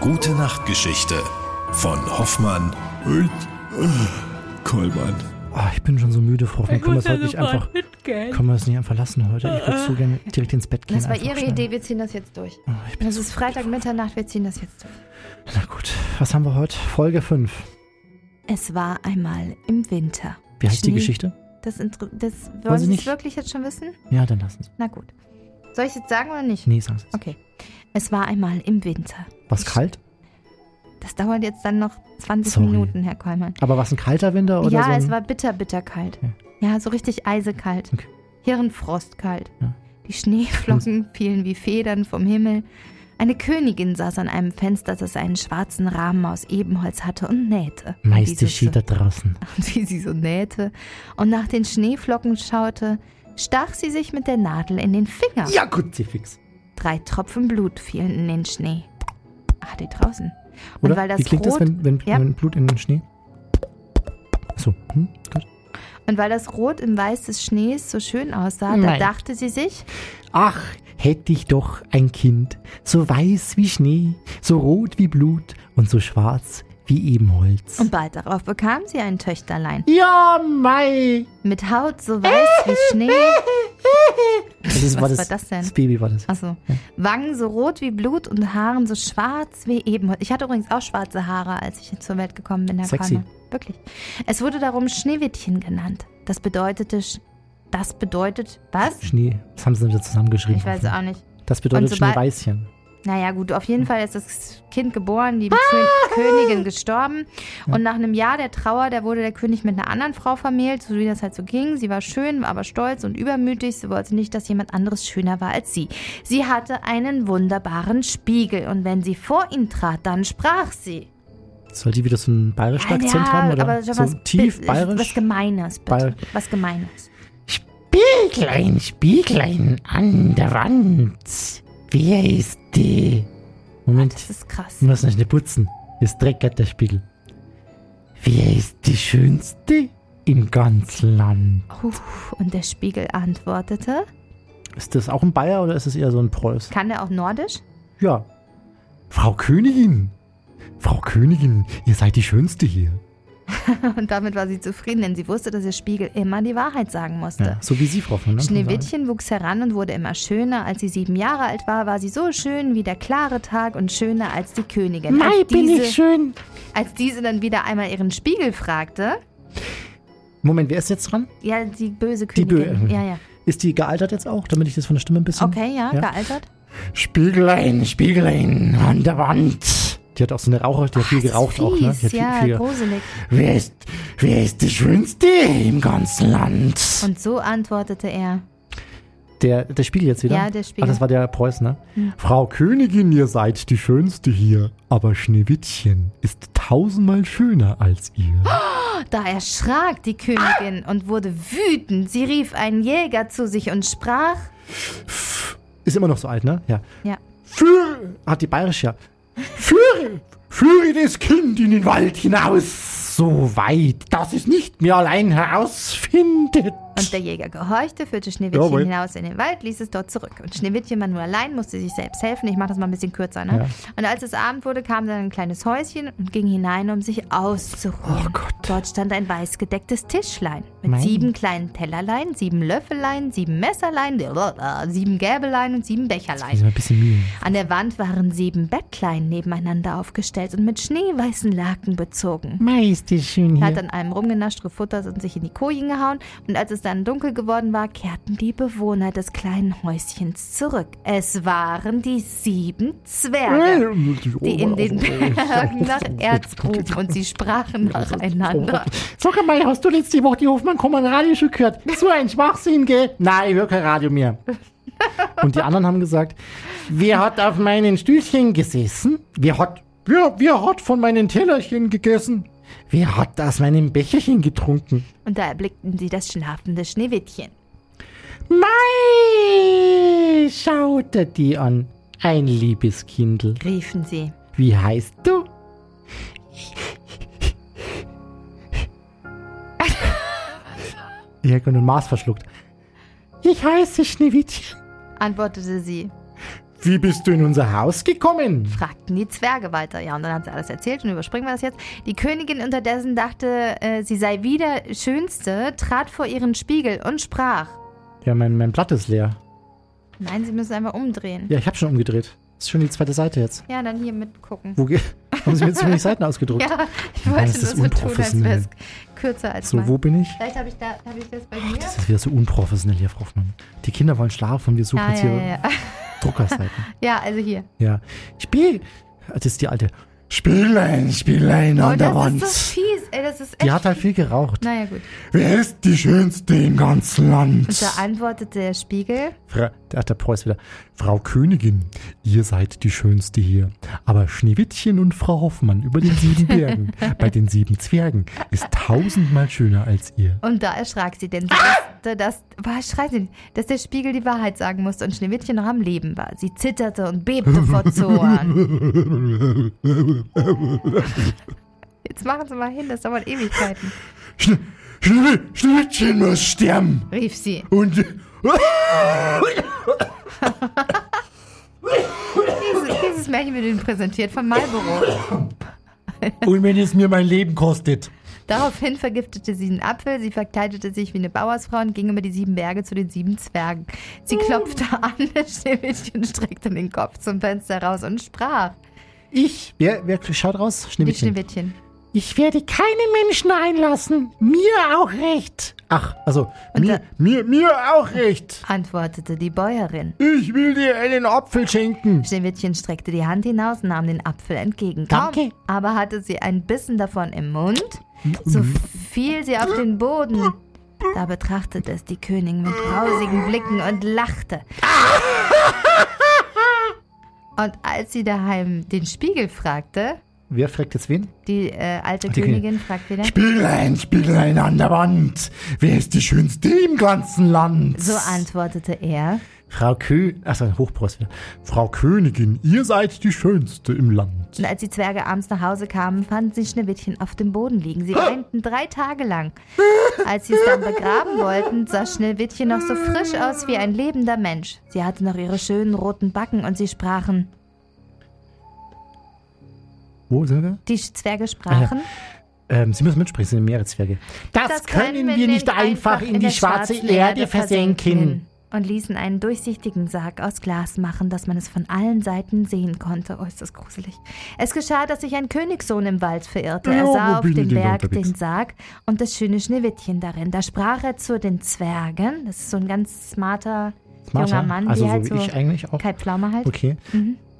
Gute Nachtgeschichte von Hoffmann und äh, Kollmann. Ah, ich bin schon so müde, Frau Hoffmann. Ich Können wir muss es ja heute nicht sofort einfach. mitgehen. Können wir es nicht einfach lassen heute? Ich würde so gerne direkt ins Bett gehen. Das war einfach Ihre schnell. Idee, wir ziehen das jetzt durch. Ah, ich bin Das so ist Freitag Mitternacht, wir ziehen das jetzt durch. Na gut, was haben wir heute? Folge 5. Es war einmal im Winter. Wie heißt die Schnee. Geschichte? Das, Intro- das wollen, Sie Sie nicht- es wirklich jetzt schon wissen? Ja, dann lass uns. Na gut. Soll ich jetzt sagen oder nicht? Nee, sag's jetzt. Okay. Es war einmal im Winter. Was kalt? Das dauert jetzt dann noch 20 Sorry. Minuten, Herr Kollmann. Aber was ein kalter Winter oder ja, so? Ein, es war bitter, bitter kalt. Okay. Ja, so richtig eisekalt. Okay. Hirnfrostkalt. Ja. Hm. Die Schneeflocken fielen wie Federn vom Himmel. Eine Königin saß an einem Fenster, das einen schwarzen Rahmen aus Ebenholz hatte und nähte. meiste Wie sie- Shit da draußen. Und wie sie so nähte und nach den Schneeflocken schaute, stach sie sich mit der Nadel in den Finger. Ja, gut, sie fix. Drei Tropfen Blut fielen in den Schnee. Ach, die draußen. Und Oder? weil das Wie klingt Rot das, wenn, wenn, Ja. wenn Blut in den Schnee? So, hm? gut. und weil das Rot im Weiß des Schnees so schön aussah, da Nein. dachte sie sich, Ach, hätte ich doch ein Kind, so weiß wie Schnee, so rot wie Blut und so schwarz wie Ebenholz. und bald darauf bekam sie ein Töchterlein ja, Mai! mit Haut so weiß wie Schnee, Das ist, Was war, das, war das denn? Das Baby war das. also Wangen so rot wie Blut und Haaren so schwarz wie Ebenholz. Ich hatte übrigens auch schwarze Haare, als ich zur Welt gekommen bin. Herr Sexy. Körner. Wirklich. Es wurde darum Schneewittchen genannt. Das bedeutete, Sch- das bedeutet, was? Schnee, das haben sie denn da zusammengeschrieben. Ich weiß auch nicht. Das bedeutet Und sobald- Schneeweißchen. Naja, gut, auf Hm. jeden Fall ist das Kind geboren, die Kö- Ah! Königin gestorben. Und nach einem Jahr der Trauer, da wurde der König mit einer anderen Frau vermählt, so wie das halt so ging. Sie war schön, war aber stolz und übermütig. Sie wollte nicht, dass jemand anderes schöner war als sie. Sie hatte einen wunderbaren Spiegel. Und wenn sie vor ihn trat, dann sprach sie. Soll die wieder so einen bayerischen Akzent Ah, Ja, haben? Oder aber schon so was, tief bi- Was bayerisch? Gemeines, bitte. Bayer- was Gemeines. Spieglein, Spieglein an der Wand, wer ist die? Ah, Das Moment, ist krass. ich muss noch nicht putzen. Ist Dreck hat der Spiegel. Wer ist die Schönste im ganzen Land? Uff, und der Spiegel antwortete. Ist das auch ein Bayer oder ist es eher so ein Preuß? Kann der auch Nordisch? Ja. Frau Königin, Frau Königin, ihr seid die Schönste hier. Und damit war sie zufrieden, denn sie wusste, dass ihr Spiegel immer die Wahrheit sagen musste. ja. So wie Sie, Frau von ne? Schneewittchen wuchs heran und wurde immer schöner. Als sie sieben Jahre alt war, war sie so schön wie der klare Tag und schöner als die Königin. Mei, als, bin diese, ich schön. als diese dann wieder einmal ihren Spiegel fragte, Moment, wer ist jetzt dran? ja, die böse Die Königin. Bö- ja, ja. Ist die gealtert jetzt auch, damit ich das von der Stimme ein bisschen... Okay, ja, Ja. gealtert. Spieglein, Spieglein an der Wand, Die hat auch so eine Raucher, die hat viel Das ist geraucht auch, ne? Die hat fies, viel, ja, viel, gruselig. wer ist, wer ist die Schönste im ganzen Land? Und so antwortete er. Der, der Spiegel jetzt wieder? Ja, der Ah, Spiegel. Hm. Ach, das war der Preuß, ne? Frau Königin, ihr seid die Schönste hier, aber Schneewittchen ist tausendmal schöner als ihr. Da erschrak die Königin und wurde wütend. Sie rief einen Jäger zu sich und sprach. Ist immer noch so alt, ne? Ja. Ja. Für, Hat die bayerische ja. führe, führe das Kind in den Wald hinaus, so weit, dass es nicht mehr allein herausfindet. Und der Jäger gehorchte, führte Schneewittchen Jawohl. hinaus in den Wald, ließ es dort zurück. Und Schneewittchen war nur allein, musste sich selbst helfen. Ich mache das mal ein bisschen kürzer, ne? Ja. Und als es Abend wurde, kam dann ein kleines Häuschen und ging hinein, um sich auszuruhen. Oh Gott. Dort stand ein weiß gedecktes Tischlein mit Mein. sieben kleinen Tellerlein, sieben Löffelein, sieben Messerlein, blablabla, sieben Gäbelein und sieben Becherlein. Muss ich mal ein bisschen Mühe. An der Wand waren sieben Bettlein nebeneinander aufgestellt und mit schneeweißen Laken bezogen. Mei, ist die schön Er hat an allem rumgenascht, gefuttert und sich in die Kojen gehauen. Und als es dann dunkel geworden war, kehrten die Bewohner des kleinen Häuschens zurück. Es waren die sieben Zwerge, Äh, die Oh, in den Bergen nach Erz gruben und sie sprachen nacheinander. Oh Sag mal, hast du letzte Woche die Hofmann kommen Radio schon gehört? So ein Schwachsinn, gell? Nein, ich höre kein Radio mehr. Und die anderen haben gesagt, Wer hat auf meinen Stühlchen gesessen? Wer hat, wer, wer hat von meinen Tellerchen gegessen? Wer hat aus meinem Becherchen getrunken? Und da erblickten sie das schlafende Schneewittchen. Mei, schaut er die an. Ein liebes Kindl. Riefen sie. Wie heißt du? ihr habt nur Mars verschluckt. Ich heiße Schneewittchen. Antwortete sie. Wie bist du in unser Haus gekommen? fragten die Zwerge weiter. Ja, und dann hat sie alles erzählt und überspringen wir das jetzt. Die Königin unterdessen dachte, äh, sie sei wieder Schönste, trat vor ihren Spiegel und sprach. Ja, mein, mein Blatt ist leer. Nein, sie müssen einfach umdrehen. Ja, ich habe schon umgedreht. Ist schon die zweite Seite jetzt. Ja, dann hier mitgucken. Wo ge- haben sie mir zu wenig Seiten ausgedruckt? Ja, ich Mann, wollte ist nur das so tun, als wäre unprofessionell. es kürzer als So, mein. wo bin ich? Vielleicht habe ich, da, hab ich das bei mir. Das ist wieder so unprofessionell hier, Frau Hoffmann. Die Kinder wollen schlafen und wir suchen ja, jetzt Ah, ja, hier ja, ja. Druckerseiten. ja, also hier. Ja. Spiel. Das ist die alte. Spielein, Spielein Oh, an der das Wand. ist so fies. Ey, das ist echt. Die hat halt viel geraucht. Naja, gut. Wer ist die Schönste im ganzen Und Land? da antwortete der Spiegel. Fra Ach, der Preuß wieder. Frau Königin, ihr seid die Schönste hier. Aber Schneewittchen und Frau Hoffmann über den sieben Bergen, bei den sieben Zwergen, ist tausendmal schöner als ihr. Und da erschrak sie, denn sie Ah! wusste, dass, was schreit sie, nicht, dass der Spiegel die Wahrheit sagen musste und Schneewittchen noch am Leben war. Sie zitterte und bebte vor Zorn. Jetzt machen Sie mal hin, das dauert Ewigkeiten, Schne Schneewittchen muss sterben. rief sie. Und Dieses, dieses Märchen wird Ihnen präsentiert von Marlboro. Und wenn es mir mein Leben kostet. Daraufhin vergiftete sie den Apfel, sie verkleidete sich wie eine Bauersfrau und ging über die sieben Berge zu den sieben Zwergen. Sie klopfte an, das Schneewittchen streckte den Kopf zum Fenster raus und sprach. Ich? Wer, wer schaut raus? Die Schneewittchen. Schneewittchen. Ich werde keine Menschen einlassen. Mir auch recht. Ach, also, mir, mir, mir auch recht. antwortete die Bäuerin. Ich will dir einen Apfel schenken. Schneewittchen streckte die Hand hinaus, nahm den Apfel entgegen. Kaum Danke. aber hatte sie einen Bissen davon im Mund, so fiel sie auf den Boden. Da betrachtete es die Königin mit grausigen Blicken und lachte. Und als sie daheim den Spiegel fragte, Wer fragt jetzt wen? die äh, alte Die Königin. Königin fragt wieder, Spielein, Spielein an der Wand. Wer ist die Schönste im ganzen Land? so antwortete er, Frau Kö... Achso, Hochpreuß wieder. Frau Königin, ihr seid die Schönste im Land. Und als die Zwerge abends nach Hause kamen, fanden sie Schneewittchen auf dem Boden liegen. Sie weinten drei Tage lang. Als sie es dann begraben wollten, sah Schneewittchen noch so frisch aus wie ein lebender Mensch. Sie hatte noch ihre schönen roten Backen und sie sprachen. Wo sind wir? Die Zwerge sprachen. Ähm, Sie müssen mitsprechen, Sie sind Meereszwerge. Das, Und ließen einen durchsichtigen Sarg aus Glas machen, dass man es von allen Seiten sehen konnte. Oh, ist das gruselig. Es geschah, dass sich ein Königssohn im Wald verirrte. Er Ja, wo sah auf bin dem ich denn da Berg unterwegs? den Sarg und das schöne Schneewittchen darin. Da sprach er zu den Zwergen. Das ist so ein ganz smarter, Martha, junger Mann, also wie so halt wie so ich eigentlich auch. Kai Pflaume halt. Okay.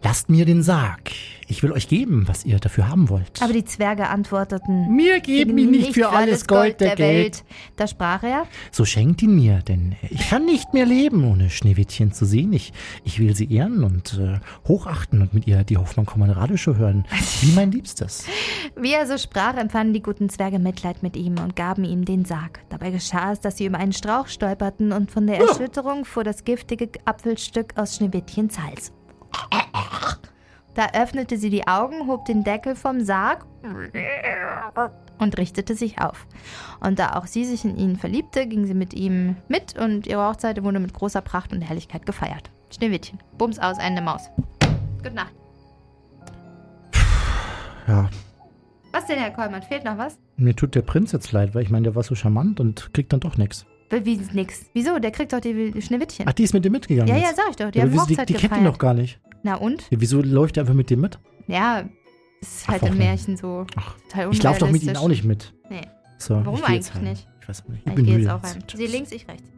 Lasst mir den Sarg. Ich will euch geben, was ihr dafür haben wollt. Aber die Zwerge antworteten. mir gebt mir nicht für alles Gold der Welt. Welt. Da sprach er. So schenkt ihn mir, denn ich kann nicht mehr leben, ohne Schneewittchen zu sehen. Ich, ich will sie ehren und äh, hochachten und mit ihr die Hoffmann Radische hören. Wie mein Liebstes. Wie er so sprach, empfanden die guten Zwerge Mitleid mit ihm und gaben ihm den Sarg. Dabei geschah es, dass sie über einen Strauch stolperten und von der Erschütterung fuhr das giftige Apfelstück aus Schneewittchens Hals. Da öffnete sie die Augen, hob den Deckel vom Sarg und richtete sich auf. Und da auch sie sich in ihn verliebte, ging sie mit ihm mit und ihre Hochzeit wurde mit großer Pracht und Herrlichkeit gefeiert. Schneewittchen, bums aus, eine Maus. Gute Nacht. Ja, Was denn, Herr Kollmann? Fehlt noch was? mir tut der Prinz jetzt leid, weil ich meine, der war so charmant und kriegt dann doch nichts. Wie- Wie nix? Wieso? Der kriegt doch die Schneewittchen. Ach, die ist mit dir mitgegangen ja, jetzt. ja, sag ich doch. Die Ja, aber haben wieso, die, Hochzeit die kennt ihn doch gefeiert. gar nicht. Na und? Ja, wieso läuft er einfach mit dir mit? Ja, ist halt Ach, im Wochenende. Märchen so Ach, total ich laufe doch mit ihm unrealistisch. auch nicht mit. Nee. So, Warum ich geh jetzt eigentlich heim. nicht? Ich weiß auch nicht. Ich, bin gehe jetzt müde auch rein. Sie links, ich rechts.